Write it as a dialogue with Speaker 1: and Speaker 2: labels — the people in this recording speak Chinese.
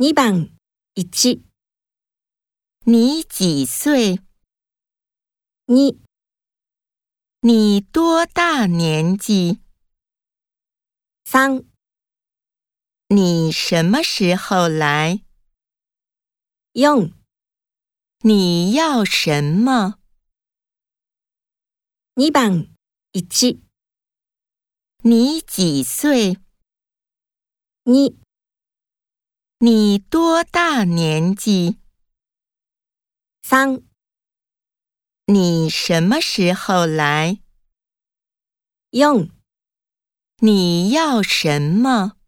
Speaker 1: 2番1、
Speaker 2: 你几岁？
Speaker 1: 2、
Speaker 2: 你多大年纪？
Speaker 1: 3、
Speaker 2: 你什么时候来？
Speaker 1: 4。
Speaker 2: 你要什么？
Speaker 1: 2番1、
Speaker 2: 你几岁？
Speaker 1: 2、
Speaker 2: 你多大年纪？
Speaker 1: 3、
Speaker 2: 你什么时候来？
Speaker 1: 4。
Speaker 2: 你要什么？